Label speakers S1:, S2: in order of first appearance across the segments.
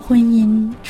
S1: 婚姻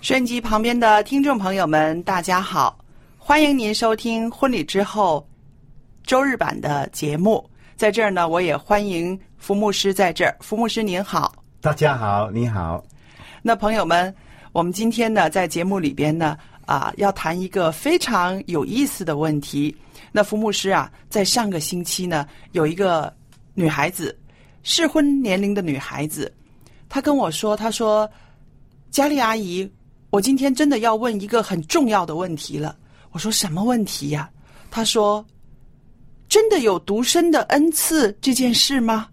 S2: 收音机旁边的听众朋友们，大家好，欢迎您收听《婚礼之后》周日版的节目。在这儿呢，我也欢迎福牧师在这儿。福牧师您好，
S3: 大家好，你好，
S2: 那朋友们，我们今天呢，在节目里边呢，啊，要谈一个非常有意思的问题。那福牧师啊，在上个星期呢，有一个女孩子，适婚年龄的女孩子，她跟我说，她说：“佳丽阿姨，我今天真的要问一个很重要的问题了。”我说：“什么问题呀、她说：“真的有独身的恩赐这件事吗？”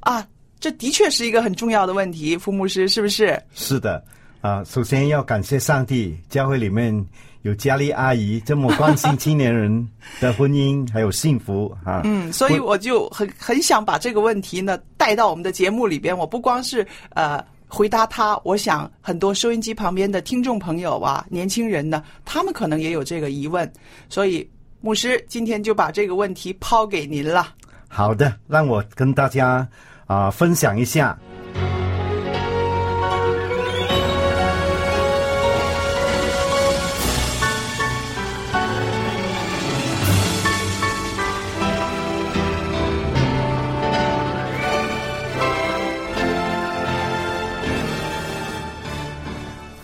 S2: 啊，这的确是一个很重要的问题，福牧师是不是？
S3: 是的，啊、首先要感谢上帝，教会里面有佳丽阿姨这么关心青年人的婚姻还有幸福啊，
S2: 嗯，所以我就很很想把这个问题呢带到我们的节目里边。我不光是呃回答他，我想很多收音机旁边的听众朋友啊，年轻人呢，他们可能也有这个疑问，所以牧师今天就把这个问题抛给您了。
S3: 好的，让我跟大家啊、分享一下。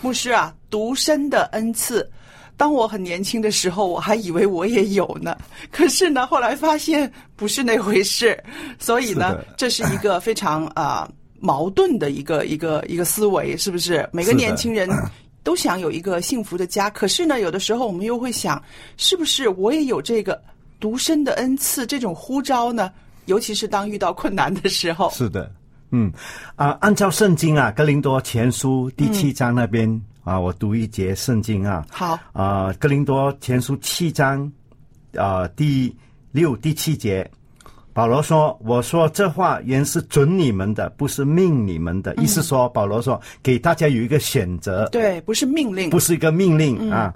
S2: 牧师啊，独身的恩赐。当我很年轻的时候，我还以为我也有呢。 可是呢，后来发现不是那回事。所以
S3: 是
S2: 呢
S3: 的，
S2: 这是一个非常啊、矛盾的一个一个一个思维，是不是？每个
S3: 是的
S2: 年轻人 都想有一个幸福的家，可是呢，有的时候我们又会想，是不是我也有这个独身的恩赐这种呼召呢？尤其是当遇到困难的时候，
S3: 是的，嗯，啊，按照圣经啊，《哥林多前书》第七章那边、啊，我读一节圣经啊，
S2: 好，
S3: 啊，《哥林多前书》七章啊、第六、第七节，保罗说：“我说这话原是准你们的，不是命你们的。意思说，保罗说给大家有一个选择，
S2: 嗯对，嗯不是命令，
S3: 不是一个命令、啊。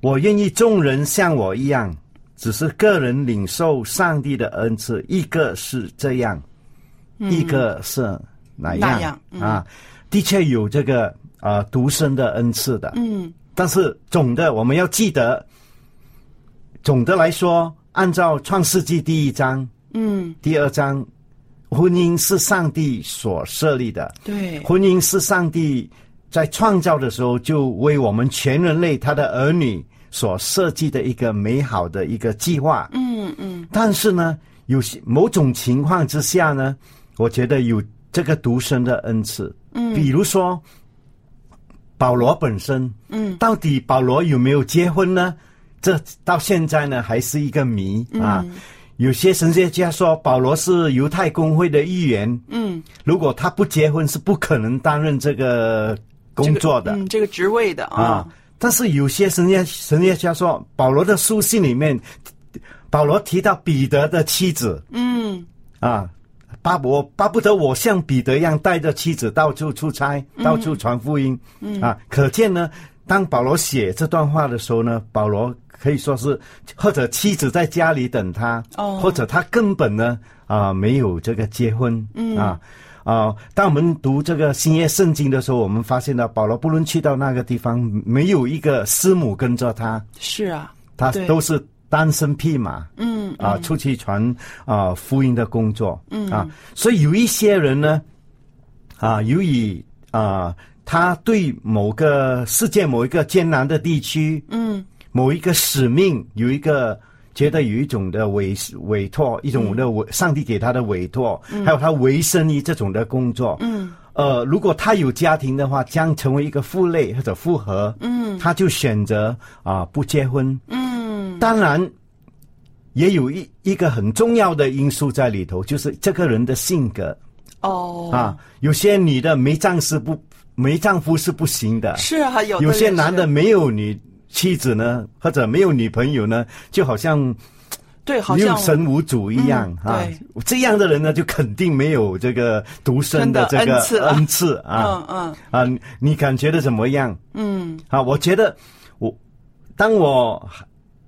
S3: 我愿意众人像我一样，只是个人领受上帝的恩赐，一个是这样，一个是哪
S2: 嗯那样嗯
S3: 啊？的确有这个呃独身的恩赐的，
S2: 嗯，
S3: 但是总的我们要记得，总的来说，按照创世纪第一章、
S2: 嗯，
S3: 第二章，婚姻是上帝所设立的，
S2: 对，
S3: 婚姻是上帝在创造的时候就为我们全人类他的儿女所设计的一个美好的一个计划。
S2: 嗯嗯，
S3: 但是呢，有些某种情况之下呢，我觉得有这个独身的恩赐。嗯，比如说保罗本身，嗯，到底保罗有没有结婚呢？这到现在呢还是一个谜
S2: 嗯
S3: 啊。有些神学家说保罗是犹太公会的一员，
S2: 嗯，
S3: 如果他不结婚是不可能担任这个工作的。
S2: 嗯，这个职位的
S3: 啊
S2: 啊，。
S3: 但是有些神学神学家说，保罗的书信里面，保罗提到彼得的妻子
S2: 嗯
S3: 啊，巴伯巴不得我像彼得一样带着妻子到处出差，到处传福音。嗯啊，可见呢，当保罗写这段话的时候呢，保罗可以说是或者妻子在家里等他，
S2: 哦
S3: 或者他根本呢啊、没有这个结婚。嗯啊。啊、当我们读这个新约圣经的时候，我们发现了保罗不论去到那个地方，没有一个师母跟着他，
S2: 是啊，
S3: 他
S2: 对
S3: 都是单身匹马，嗯，啊，出去传啊、福音的工作，嗯啊，所以有一些人呢，啊，由于啊，他对某个世界某一个艰难的地区，嗯，某一个使命有一个。觉得有一种的委委托，一种的委，上帝给他的委托，还有他维生于这种的工作，嗯，呃，如果他有家庭的话，将成为一个负累或者负荷，嗯，他就选择啊、不结婚，嗯，当然也有一一个很重要的因素在里头，就是这个人的性格，
S2: 哦，
S3: 啊，有些女的没丈夫不没丈夫是不行的，
S2: 是啊，有的
S3: 有些
S2: 人是
S3: 男的没有女妻子呢，或者没有女朋友呢，就好像
S2: 对，好
S3: 六
S2: 像
S3: 神无主一样、
S2: 嗯
S3: 啊
S2: 对。
S3: 这样的人呢，就肯定没有这个独身的
S2: 真的
S3: 这
S2: 恩赐
S3: 个
S2: 啊
S3: 恩赐啊
S2: 嗯嗯
S3: 啊！你你感觉的怎么样？
S2: 嗯，
S3: 啊，我觉得我当我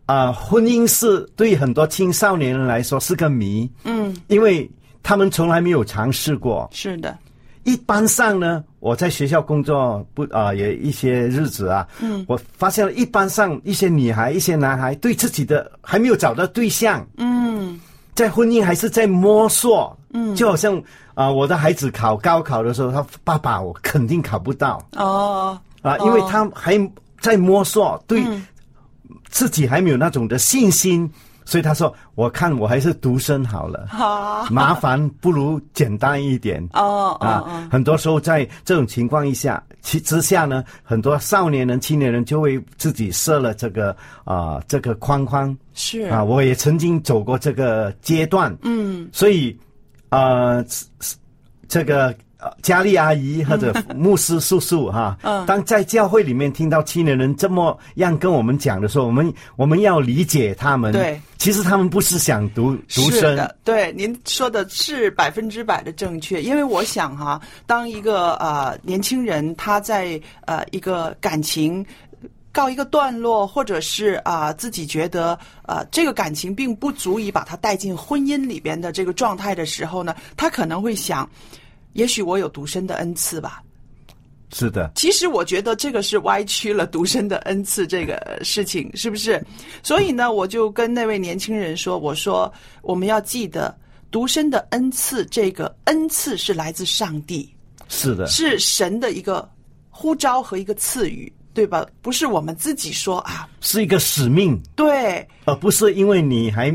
S3: 啊，婚姻是对很多青少年人来说是个谜，
S2: 嗯，
S3: 因为他们从来没有尝试过。
S2: 是的，
S3: 一般上呢，我在学校工作不啊、也一些日子啊，嗯，我发现了一般上一些女孩、一些男孩对自己的还没有找到对象，
S2: 嗯，
S3: 在婚姻还是在摸索，嗯，就好像啊、我的孩子考高考的时候，他爸爸我肯定考不到，
S2: 哦，嗯
S3: 啊，因为他还在摸索，对自己还没有那种的信心，所以他说：“我看我还是独身 好了，
S2: 好，
S3: 麻烦不如简单一点。”
S2: 哦哦
S3: 啊，很多时候在这种情况一下其之下呢，很多少年人、青年人就为自己设了这个啊、这个框框
S2: 是
S3: 啊。我也曾经走过这个阶段，
S2: 嗯，
S3: 所以啊、呃是是这个呃佳丽阿姨或者 牧师叔叔哈、当在教会里面听到青年人这么样跟我们讲的时候，我们我们要理解他们。
S2: 对，
S3: 其实他们不是想独独
S2: 是
S3: 身，
S2: 的，对，您说的是百分之百的正确，因为我想哈、当一个呃年轻人他在呃一个感情。告一个段落，或者是啊、自己觉得呃这个感情并不足以把他带进婚姻里边的这个状态的时候呢，他可能会想，也许我有独身的恩赐吧，
S3: 是的，
S2: 其实我觉得这个是歪曲了独身的恩赐这个呃事情，是不是？所以呢，我就跟那位年轻人说：“我说我们要记得，独身的恩赐，这个恩赐是来自上帝，
S3: 是的，
S2: 是神的一个呼召和一个赐予，对吧？不是我们自己说啊，
S3: 是一个使命，
S2: 对，
S3: 而不是因为你还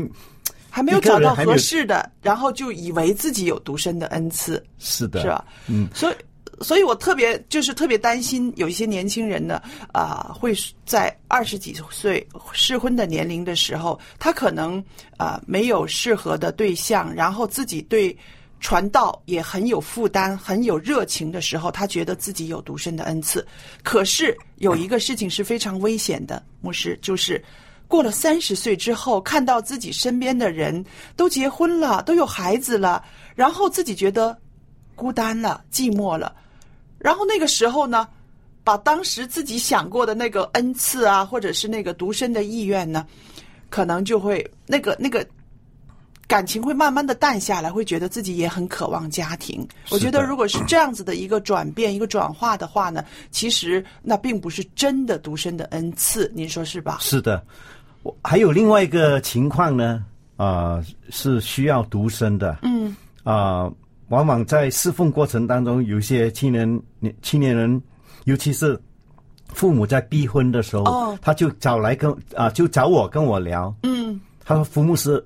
S2: 还没有
S3: 一个
S2: 找
S3: 人
S2: 到
S3: 还没
S2: 合
S3: 有
S2: 适的，然后就以为自己有独身的恩赐，
S3: 是的，
S2: 是吧？嗯，所以。所以我特别就是特别担心有一些年轻人呢，啊、会在二十几岁适婚的年龄的时候，他可能啊、没有适合的对象，然后自己对传道也很有负担、很有热情的时候，他觉得自己有独身的恩赐。可是有一个事情是非常危险的，牧师就是。过了三十岁之后，看到自己身边的人都结婚了，都有孩子了，然后自己觉得孤单了、寂寞了。然后那个时候呢，把当时自己想过的那个恩赐啊，或者是那个独身的意愿呢，可能就会那个那个感情会慢慢的淡下来，会觉得自己也很渴望家庭。我觉得如果是这样子的一个转变、一个转化的话呢，其实那并不是真的独身的恩赐，您说是吧？
S3: 是的，我还有另外一个情况呢，啊、是需要独身的，嗯，啊、往往在侍奉过程当中，有一些青年年青年人，尤其是父母在逼婚的时候，
S2: 哦
S3: 他就找来跟啊、就找我跟我聊，
S2: 嗯，
S3: 他说：“福牧师，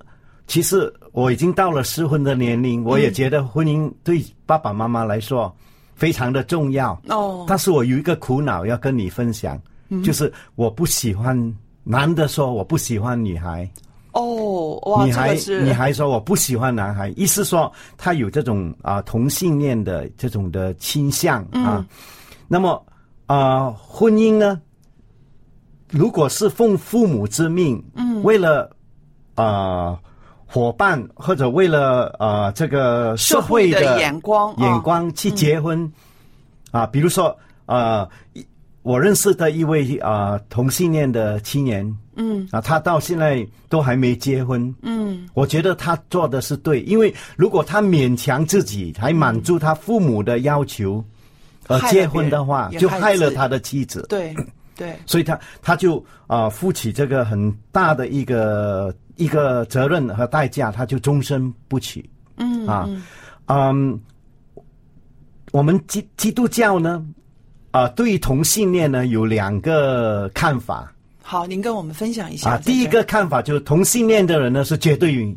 S3: 其实我已经到了适婚的年
S2: 嗯
S3: 龄，我也觉得婚姻对爸爸妈妈来说非常的重要。
S2: 哦嗯
S3: 但是我有一个苦恼要跟你分享，就是我不喜欢男的说我不喜欢女孩，
S2: 哦，哇，
S3: 女
S2: 这
S3: 孩
S2: 个是
S3: 女孩说我不喜欢男孩，意思说他有这种啊、同性恋的这种的倾向啊。
S2: 嗯
S3: 那么啊、婚姻呢，如果是奉父母之命，嗯，为了啊、伙伴或者为了呃这个社会
S2: 社会的眼光嗯啊
S3: 眼光去结婚啊、比如说呃，一我认识的一位啊、呃同性恋的青年，嗯啊，他到现在都还没结婚，嗯，我觉得他做的是对，因为如果他勉强自己还满足他父母的要求，而
S2: 害了
S3: 结婚的话
S2: 别，人
S3: 就
S2: 也害
S3: 害了
S2: 自
S3: 他的妻子，
S2: 对对，
S3: 所以他他就啊、呃负起这个很大的一个一个责任和代价，他就终身不娶。嗯啊，嗯，我们基基督教呢，啊、对于同性恋呢有两个看法
S2: 好，您跟我们分享一下
S3: 啊。
S2: 在这
S3: 第一个看法就是同性恋的人呢是绝对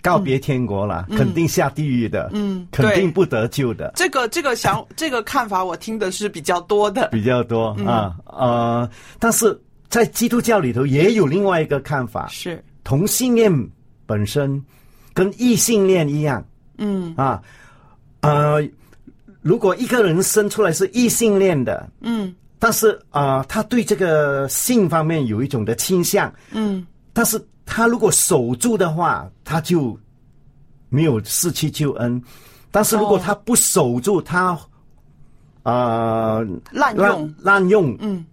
S3: 告别天国了，肯定下地狱的，嗯，肯定
S2: 对
S3: 不得救的。
S2: 这个这个想这个看法，我听的是比较多 的。
S3: 比较多、啊，呃，但是在基督教里头也有另外一个看法，
S2: 是，
S3: 同性恋本身跟异性恋一样，
S2: 嗯
S3: 啊，呃，如果一个人生出来是异性恋的，
S2: 嗯
S3: 但是啊、呃他对这个性方面有一种的倾向，
S2: 嗯，
S3: 但是他如果守住的话，他就没有失去救恩；但是如果
S2: 哦
S3: 他不守住，他呃
S2: 滥用
S3: 滥，滥用，
S2: 嗯，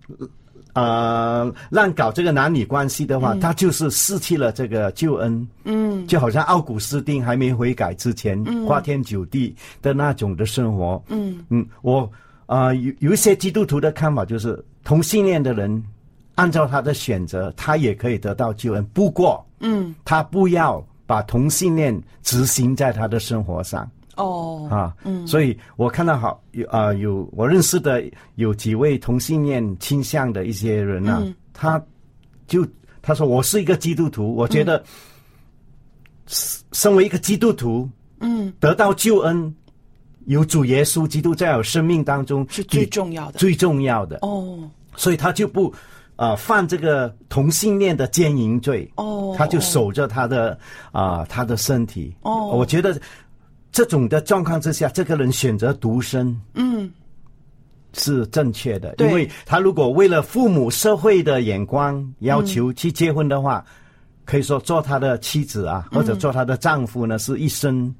S3: 呃，乱搞这个男女关系的话，
S2: 嗯
S3: 他就是失去了这个救恩。嗯，就好像奥古斯丁还没悔改之前，
S2: 嗯
S3: 花天酒地的那种的生活。嗯嗯，我啊、呃有有一些基督徒的看法就是，同性恋的人按照他的选择，他也可以得到救恩。不过，
S2: 嗯，
S3: 他不要把同性恋执行在他的生活上。
S2: 哦，
S3: 啊，嗯，所以我看到好有啊、有我认识的有几位同性恋倾向的一些人呢、
S2: 嗯
S3: 他就他说我是一个基督徒，我觉得身身为一个基督徒，嗯，得到救恩，有主耶稣基督在我生命当中
S2: 是最
S3: 比
S2: 重要的。
S3: 最重要的，
S2: 哦
S3: 所以他就不啊、犯这个同性恋的奸淫罪，
S2: 哦，
S3: 他就
S2: 哦
S3: 守着他的啊、他的身体。
S2: 哦
S3: 我觉得这种的状况之下，这个人选择独身，嗯，是正确的，
S2: 对
S3: 因为他如果为了父母、社会的眼光要求
S2: 嗯
S3: 去结婚的话，可以说做他的妻子啊，或者做他的丈夫呢，是一生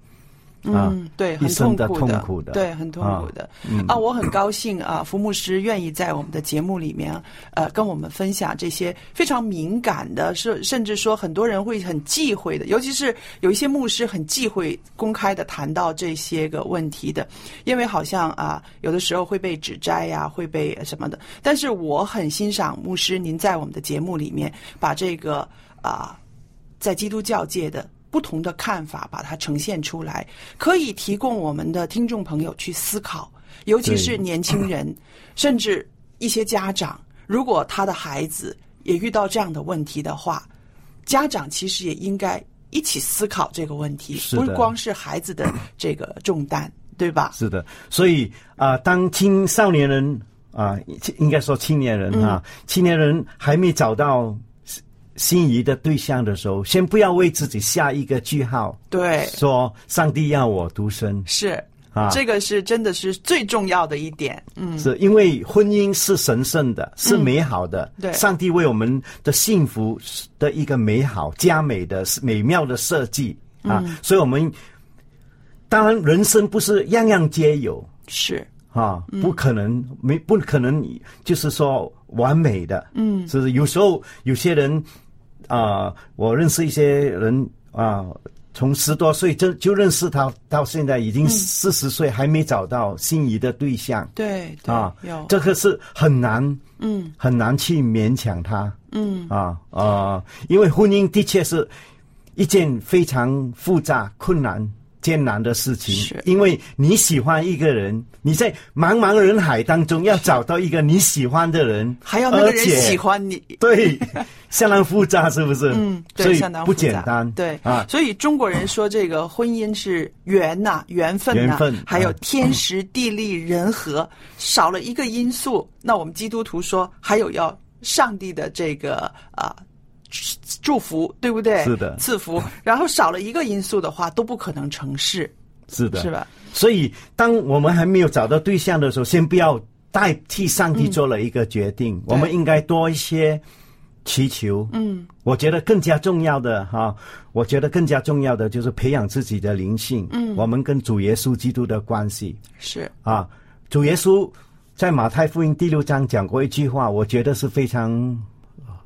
S3: 啊，
S2: 嗯，对，
S3: 一
S2: 很
S3: 生的
S2: 苦
S3: 痛苦的嗯
S2: 对，很痛苦的。啊，我很高兴啊，福牧师愿意在我们的节目里面，呃，跟我们分享这些非常敏感的，是甚至说很多人会很忌讳的，尤其是有一些牧师很忌讳公开的谈到这些个问题的，因为好像啊，有的时候会被指摘呀、会被呃什么的。但是我很欣赏牧师您在我们的节目里面把这个啊。在基督教界的不同的看法，把它呈现出来，可以提供我们的听众朋友去思考，尤其是年轻人，甚至一些家长，如果他的孩子也遇到这样的问题的话，家长其实也应该一起思考这个问题，
S3: 是的
S2: 不光是孩子的这个重担，对吧？
S3: 是的，所以啊、当青少年人啊、青应该说青年
S2: 嗯
S3: 人啊，青年人还没找到心心仪的对象的时候，先不要为自己下一个句号，
S2: 对，
S3: 说上帝要我独身，
S2: 是
S3: 啊
S2: 哎这个是真的是最重要的一点。嗯，
S3: 是因为婚姻是神圣的，是美好的，
S2: 对
S3: 上帝为我们的幸福的一个美好佳美的美妙的设计啊，
S2: 嗯
S3: 所以我们当然人生不是样样皆有。
S2: 是，
S3: 啊，
S2: 嗯
S3: 不可能，没不可能，就是说完美的，嗯，是不是有时候有些人啊、我认识一些人啊、从十多岁就就认识他，到现在已
S2: 嗯
S3: 经四十岁，还没找到心仪的对象
S2: 对对，
S3: 啊
S2: 有，
S3: 这个是很难，
S2: 嗯
S3: 很难去勉强他，
S2: 嗯，
S3: 啊啊、因为婚姻的确是一件非常复杂、困难、艰难的事情。
S2: 是
S3: 因为你喜欢一个人，你在茫茫人海当中要找到一个你喜欢的人，
S2: 还有那个
S3: 而
S2: 人
S3: 且
S2: 喜欢你，
S3: 对，相当复杂，是不是？
S2: 嗯，
S3: 所
S2: 对，
S3: 以
S2: 相当
S3: 不
S2: 复杂
S3: 简单。
S2: 对
S3: 啊，
S2: 所以中国人说这个婚姻是缘呐、缘分呐、
S3: 缘分
S2: 还有
S3: 啊
S2: 天时地利人和，少了一个因素，那我们基督徒说还有要上帝的这个啊。祝福对不对？
S3: 是的
S2: 赐福。然后少了一个因素的话，都不可能成事，
S3: 是的，
S2: 是？吧？
S3: 所以，当我们还没有找到对象
S2: 嗯
S3: 的时候，先不要代替上帝做了一个决定，我们应该多一些祈求。嗯，我觉得更加重要的哈、我觉得更加重要的就是培养自己的灵性。嗯，我们跟主耶稣基督的关系
S2: 是
S3: 啊，主耶稣在马太福音第六章讲过一句话，我觉得是非常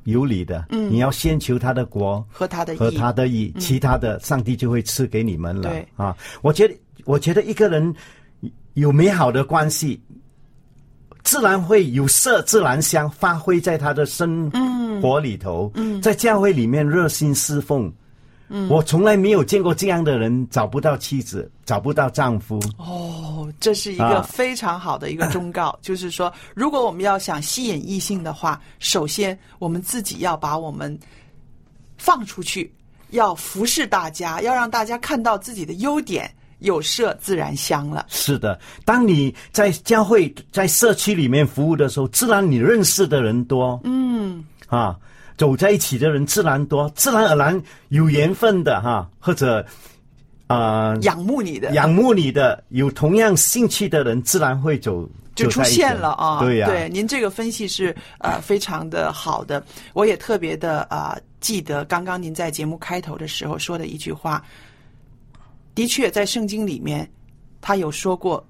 S3: 有理的。嗯，你要先求他的国
S2: 和他的意，嗯
S3: 和他的意，其他的上帝就会赐给你们了
S2: 对。
S3: 啊，我觉得，我觉得一个人有美好的关系，自然会有色，自然香，发挥在他的生
S2: 嗯
S3: 活里头，在教会里面热心侍奉。
S2: 嗯
S3: 我从来没有见过这样的人，找不到妻子，找不到丈夫。
S2: 哦，这是一个
S3: 啊
S2: 非常好的一个忠 告，就是说，如果我们要想吸引异性的话，首先我们自己要把我们放出去，要服侍大家，要让大家看到自己的优点，有色自然香了。
S3: 是的，当你在教会、在社区里面服务的时候，自然你认识的人多，嗯，啊，走在一起的人自然多，自然而然有缘分的哈、或者啊、
S2: 仰慕你的
S3: 仰慕你的、有同样兴趣的人，自然会走
S2: 就
S3: 走
S2: 出
S3: 在一起
S2: 现了啊！
S3: 对呀、
S2: 您这个分析是呃非常的好的，我也特别的啊、呃记得刚刚您在节目开头的时候说的一句话，的确在圣经里面，他有说过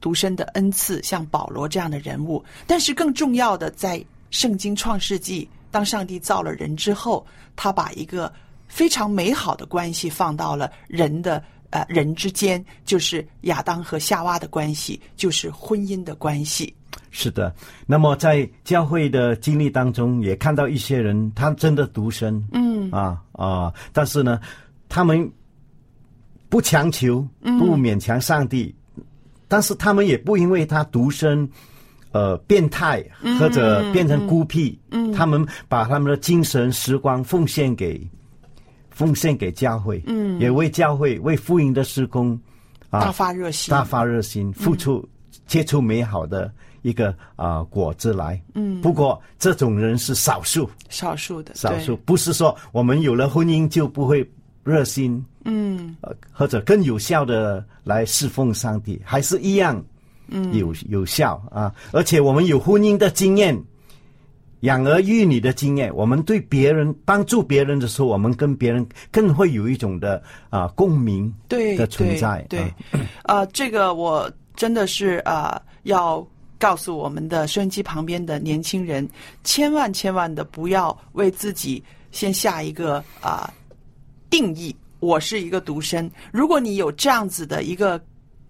S2: 独身的恩赐，像保罗这样的人物，但是更重要的，在圣经创世纪，当上帝造了人之后，他把一个非常美好的关系放到了人的。呃，人之间就是亚当和夏娃的关系，就是婚姻的关系。
S3: 是的，那么在教会的经历当中，也看到一些人，他真的独身，嗯啊啊，但是呢，他们不强求，不勉强上帝，但是他们也不因为他独身，呃，变态或者变成孤僻，嗯，他们把他们的精神时光奉献给奉献给教会，嗯，也为教会为福音的施工啊
S2: 大发热心，
S3: 大发热心，付出、接触美好的一个啊、呃果子来。嗯，不过这种人是少数，
S2: 少数的，
S3: 少
S2: 对
S3: 数不是说我们有了婚姻就不会热心，嗯、或者更有效的来侍奉上帝，还是一样，嗯，有有效啊。而且我们有婚姻的经验。养儿育女的经验，我们对别人帮助别人的时候，我们跟别人更会有一种的啊、共鸣
S2: 对
S3: 的存在。
S2: 对，
S3: 啊
S2: 对呃，这个我真的是啊、呃要告诉我们的收音机旁边的年轻人，千万千万的不要为自己先下一个啊、定义，我是一个独身。如果你有这样子的一个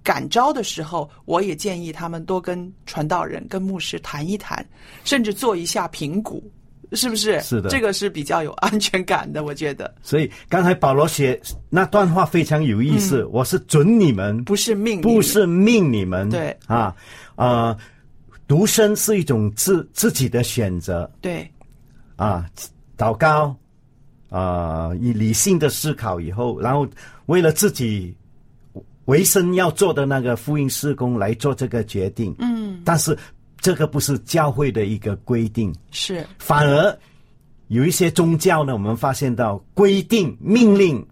S2: 感召的时候，我也建议他们多跟传道人、跟牧师谈一谈，甚至做一下评估，是不是？
S3: 是的
S2: 这个是比较有安全感的，我觉得
S3: 所以刚才保罗写那段话非常有意思，我是准你们，
S2: 嗯不是命，
S3: 不。是命你们。
S2: 对
S3: 啊，呃，独身是一种自自己的选择
S2: 对，
S3: 啊，祷告啊，以理性的思考以后，然后为了自己维生要做的那个福音施工来做这个决定。嗯，但是这个不是教会的一个规定，
S2: 是
S3: 反而有一些宗教呢，我们发现到规定命令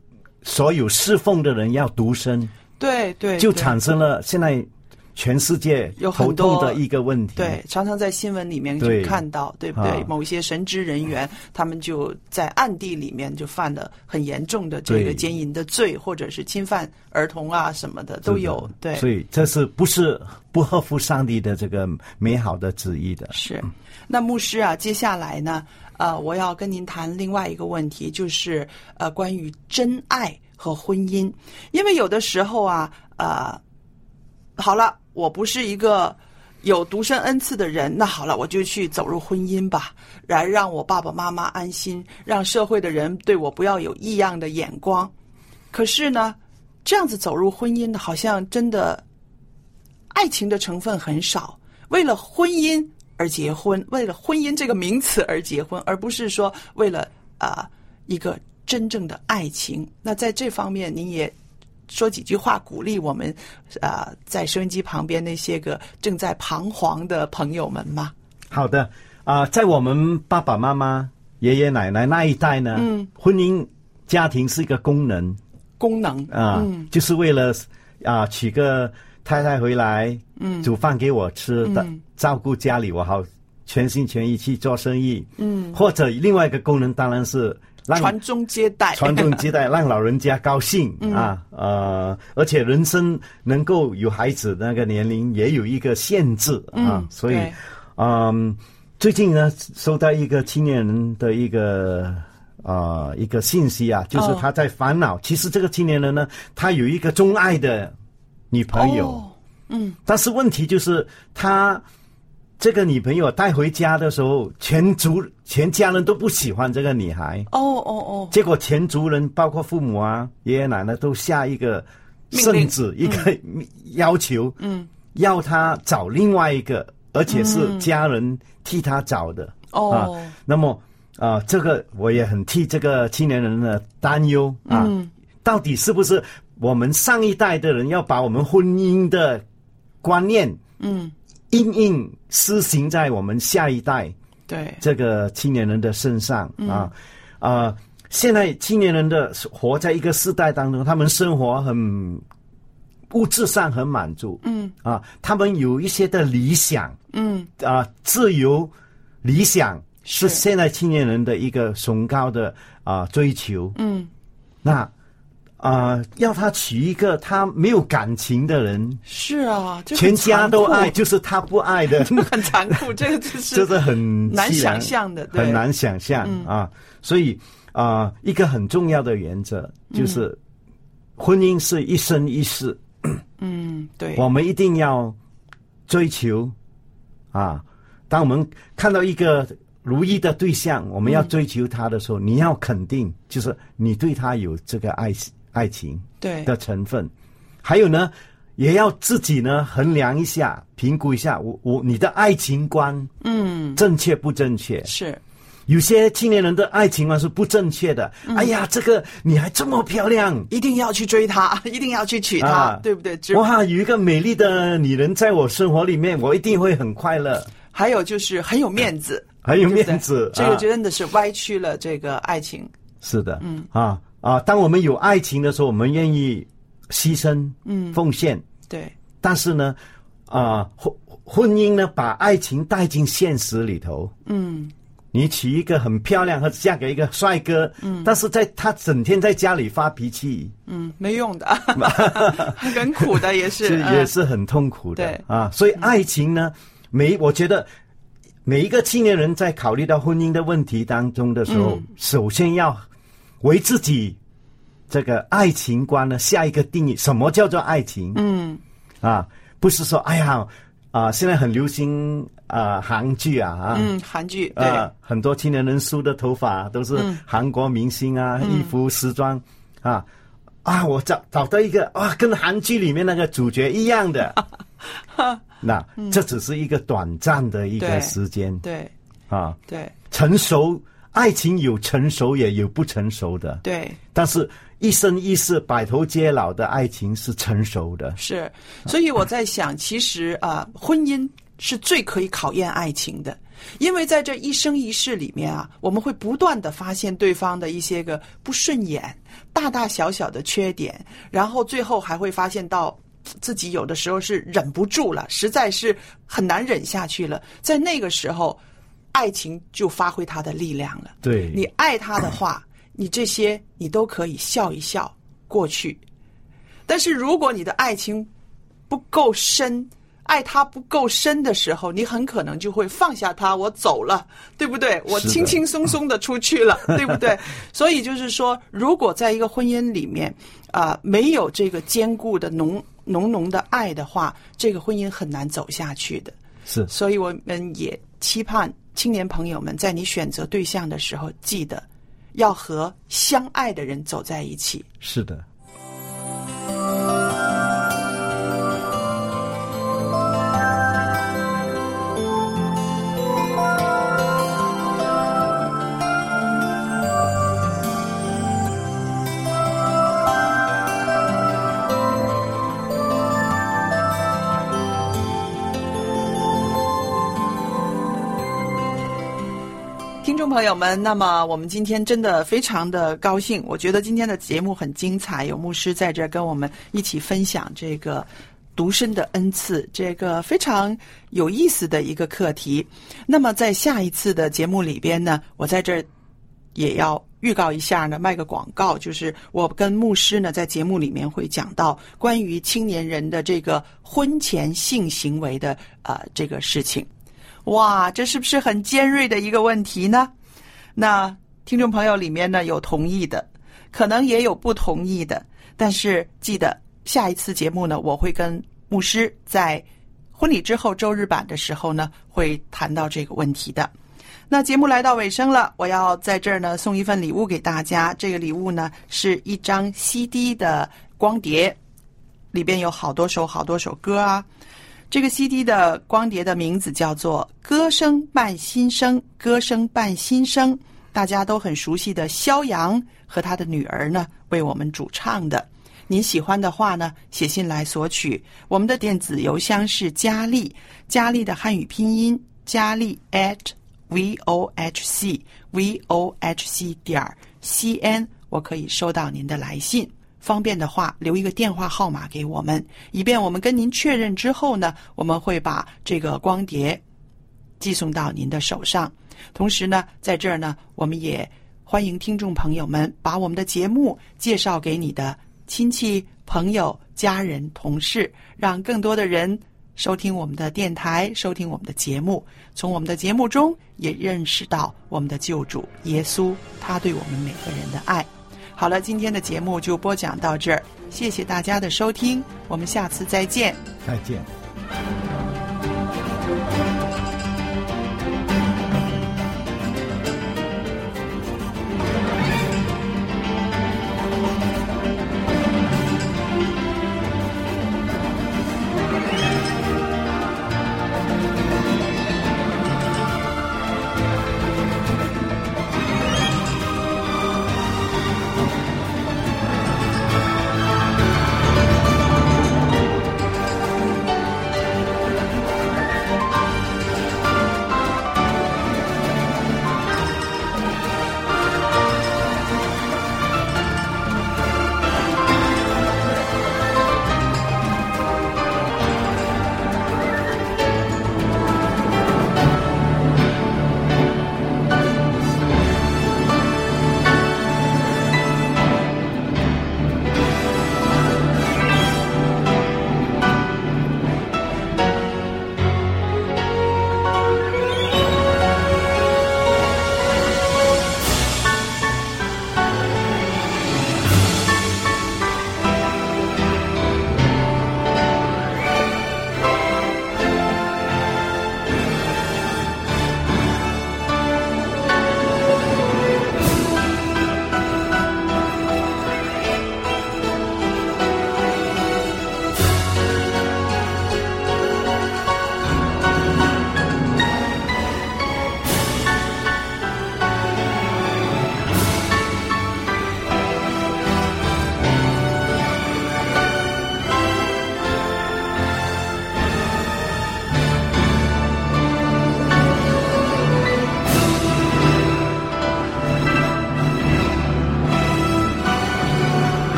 S3: 所有侍奉的人要独身，
S2: 对对，
S3: 就
S2: 对
S3: 产生了现在全世界
S2: 有很
S3: 头痛
S2: 多
S3: 的一个问题。
S2: 对，常常在新闻里面就
S3: 对
S2: 看到，对不对
S3: 啊？
S2: 某一些神职人员，他们就在暗地里面就犯了很严重的这个
S3: 对
S2: 奸淫的罪，或者是侵犯儿童啊什么的
S3: 是的，
S2: 都有。对，
S3: 所以这是不是不合乎上帝的这个美好的旨意的？
S2: 是，嗯那牧师啊，接下来呢，呃，我要跟您谈另外一个问题，就是呃，关于真爱和婚姻，因为有的时候啊，呃，好了，我不是一个有独身恩赐的人，那好了，我就去走入婚姻吧，来让我爸爸妈妈安心，让社会的人对我不要有异样的眼光。可是呢，这样子走入婚姻，好像真的爱情的成分很少，为了婚姻而结婚，为了婚姻这个名词而结婚，而不是说为了啊、呃一个真正的爱情。那在这方面，您也说几句话鼓励我们啊、呃在收音机旁边那些个正在彷徨的朋友们吗？
S3: 好的啊、在我们爸爸妈妈、爷爷奶奶那一代呢，嗯、婚姻家庭是一个功能，
S2: 功能
S3: 啊，就是为了啊娶个太太回来，嗯，煮饭给我吃的，照顾家里，我好全心全意去做生意，嗯，或者另外一个功能当然是让
S2: 传宗接代，
S3: 传宗接代，让老人家高兴
S2: 嗯
S3: 啊，呃，而且人生能够有孩子那个年龄也有一个限制啊，
S2: 嗯
S3: 所以
S2: 对，
S3: 嗯，最近呢收到一个青年人的一个。啊、一个信息啊，就是
S2: 哦
S3: 他在烦恼。其实这个青年人呢，他有一个钟爱的女朋友，
S2: 哦
S3: 但是问题就是他这个女朋友带回家的时候，全族全家人都不喜欢这个女孩，
S2: 哦哦哦，
S3: 结果全族人包括父母啊、爷爷奶奶都下一个
S2: 命
S3: 圣
S2: 令
S3: 旨一个要求，嗯，要他找另外一个，而且是家人替他找的。啊
S2: 哦，
S3: 那么啊、呃这个我也很替这个青年人的担忧啊，
S2: 嗯
S3: 到底是不是我们上一代的人要把我们婚姻的观念，
S2: 嗯，
S3: 硬硬施行在我们下一代
S2: 对，
S3: 这个青年人的身上
S2: 嗯
S3: 啊啊、呃现在青年人的活在一个世代当中，他们生活很物质上很满足，
S2: 嗯
S3: 啊，他们有一些的理想，
S2: 嗯，
S3: 啊、自由理想是
S2: 是
S3: 现在青年人的一个崇高的啊、追求。
S2: 嗯，
S3: 那啊、要他娶一个他没有感情的人，
S2: 是啊，这
S3: 全
S2: 很
S3: 家
S2: 残
S3: 都
S2: 酷
S3: 爱，，就是他不爱 的，
S2: 很残酷，这个就是
S3: 这是很
S2: 难
S3: 凄然
S2: 想象的对
S3: 很难想象、啊。所以啊、一个很重要的原则就是，婚姻是一生一世，
S2: 嗯，对，
S3: 我们一定要追求啊！当我们看到一个如意的对象，我们要追求他的时候，你要肯定，就是你对他有这个爱爱情
S2: 对，
S3: 的成分。还有呢，也要自己呢衡量一下、评估一下，我我你的爱情观
S2: 嗯，
S3: 正确不正确？
S2: 是，
S3: 有些青年人的爱情啊观是不正确的。
S2: 嗯
S3: 哎呀，这个女孩这么漂亮，
S2: 一定要去追他，一定要去娶他
S3: 啊，
S2: 对不对？只
S3: 哇，有一个美丽的女人在我生活里面，我一定会很快乐，
S2: 还有就是很有面子，
S3: 很有
S2: 对不对
S3: 面子。
S2: 这个
S3: 啊、
S2: 真的是歪曲了这个爱情。
S3: 是的，嗯啊啊，当我们有爱情的时候，我们愿意牺牲，嗯，奉献，
S2: 对，
S3: 但是呢，啊、婚婚姻呢，把爱情带进现实里头，
S2: 嗯，
S3: 你娶一个很漂亮，或者嫁给一个帅哥，嗯，但是在他整天在家里发脾气，
S2: 嗯，没用 的，很苦的也是，
S3: 是
S2: 嗯
S3: 也是很痛苦的
S2: 对
S3: 啊。所以爱情呢，每我觉得每一个青年人在考虑到婚姻的问题当中的时候，
S2: 嗯
S3: 首先要为自己这个爱情观呢下一个定义，什么叫做爱情？
S2: 嗯，
S3: 啊，不是说哎呀啊，现在很流行啊韩剧啊啊。
S2: 嗯，韩剧对，嗯
S3: 啊，很多青年人梳的头发都是韩国明星啊，衣服、时装啊啊！我找找到一个哇，跟韩剧里面那个主角一 样的。那
S2: 嗯
S3: 这只是一个短暂的一个
S2: 对
S3: 时间
S2: 对
S3: 啊，
S2: 对
S3: 成熟爱情有成熟也有不成熟的，
S2: 对，
S3: 但是一生一世白头偕老的爱情是成熟的。
S2: 是，所以我在想，其实啊，婚姻是最可以考验爱情的，因为在这一生一世里面啊，我们会不断的发现对方的一些个不顺眼、大大小小的缺点，然后最后还会发现到。自己有的时候是忍不住了，实在是很难忍下去了。在那个时候，爱情就发挥它的力量了。
S3: 对，
S2: 你爱他的话，你这些你都可以笑一笑过去。但是如果你的爱情不够深，爱他不够深的时候，你很可能就会放下他，我走了，对不对？我
S3: 是的
S2: 轻轻松松的出去 了，对不对？所以就是说，如果在一个婚姻里面啊、没有这个坚固的浓浓浓的爱的话，这个婚姻很难走下去的。
S3: 是
S2: 所以我们也期盼青年朋友们在你选择对象的时候，记得要和相爱的人走在一起。
S3: 是的。
S2: 听众朋友们，那么我们今天真的非常的高兴，我觉得今天的节目很精彩，有牧师在这儿跟我们一起分享这个独身的恩赐这个非常有意思的一个课题。那么在下一次的节目里边呢，我在这儿也要预告一下呢，卖个广告，就是我跟牧师呢在节目里面会讲到关于青年人的这个婚前性行为的呃这个事情。哇，这是不是很尖锐的一个问题呢？那听众朋友里面呢有同意的，可能也有不同意的，但是记得下一次节目呢，我会跟牧师在婚礼之后周日版的时候呢，会谈到这个问题的。那节目来到尾声了，我要在这儿呢送一份礼物给大家。这个礼物呢是一张 CD 的光碟，里边有好多首好多首歌啊。这个 CD 的光碟的名字叫做《歌声伴心声》，歌声伴心声，大家都很熟悉的肖阳和他的女儿呢为我们主唱的。您喜欢的话呢，写信来索取。我们的电子邮箱是佳丽，佳丽的汉语拼音佳丽 at v o h c v o h c 点儿 c n，我可以收到您的来信。方便的话，留一个电话号码给我们，以便我们跟您确认之后呢，我们会把这个光碟寄送到您的手上。同时呢，在这儿呢，我们也欢迎听众朋友们把我们的节目介绍给你的亲戚、朋友、家人、同事，让更多的人收听我们的电台，收听我们的节目，从我们的节目中也认识到我们的救主耶稣，他对我们每个人的爱。好了，今天的节目就播讲到这儿，谢谢大家的收听，我们下次再见。
S3: 再见。